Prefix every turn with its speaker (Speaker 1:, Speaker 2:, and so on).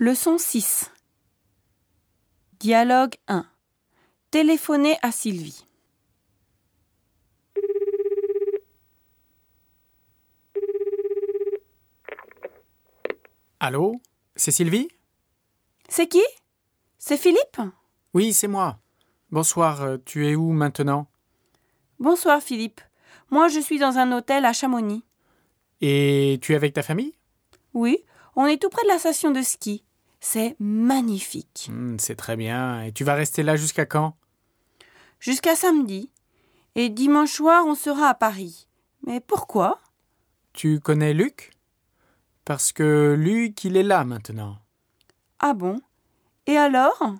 Speaker 1: Leçon 6 Dialogue 1 Téléphonez à Sylvie.
Speaker 2: Allô C'est Sylvie
Speaker 1: C'est qui C'est Philippe
Speaker 2: Oui, c'est moi. Bonsoir, euh, tu es où maintenant
Speaker 1: Bonsoir Philippe. Moi je suis dans un hôtel à Chamonix.
Speaker 2: Et tu es avec ta famille
Speaker 1: Oui, on est tout près de la station de ski. C'est magnifique.
Speaker 2: Hmm, C'est très bien. Et tu vas rester là jusqu'à quand
Speaker 1: Jusqu'à samedi. Et dimanche soir on sera à Paris. Mais pourquoi
Speaker 2: Tu connais Luc Parce que Luc, il est là maintenant.
Speaker 1: Ah bon Et alors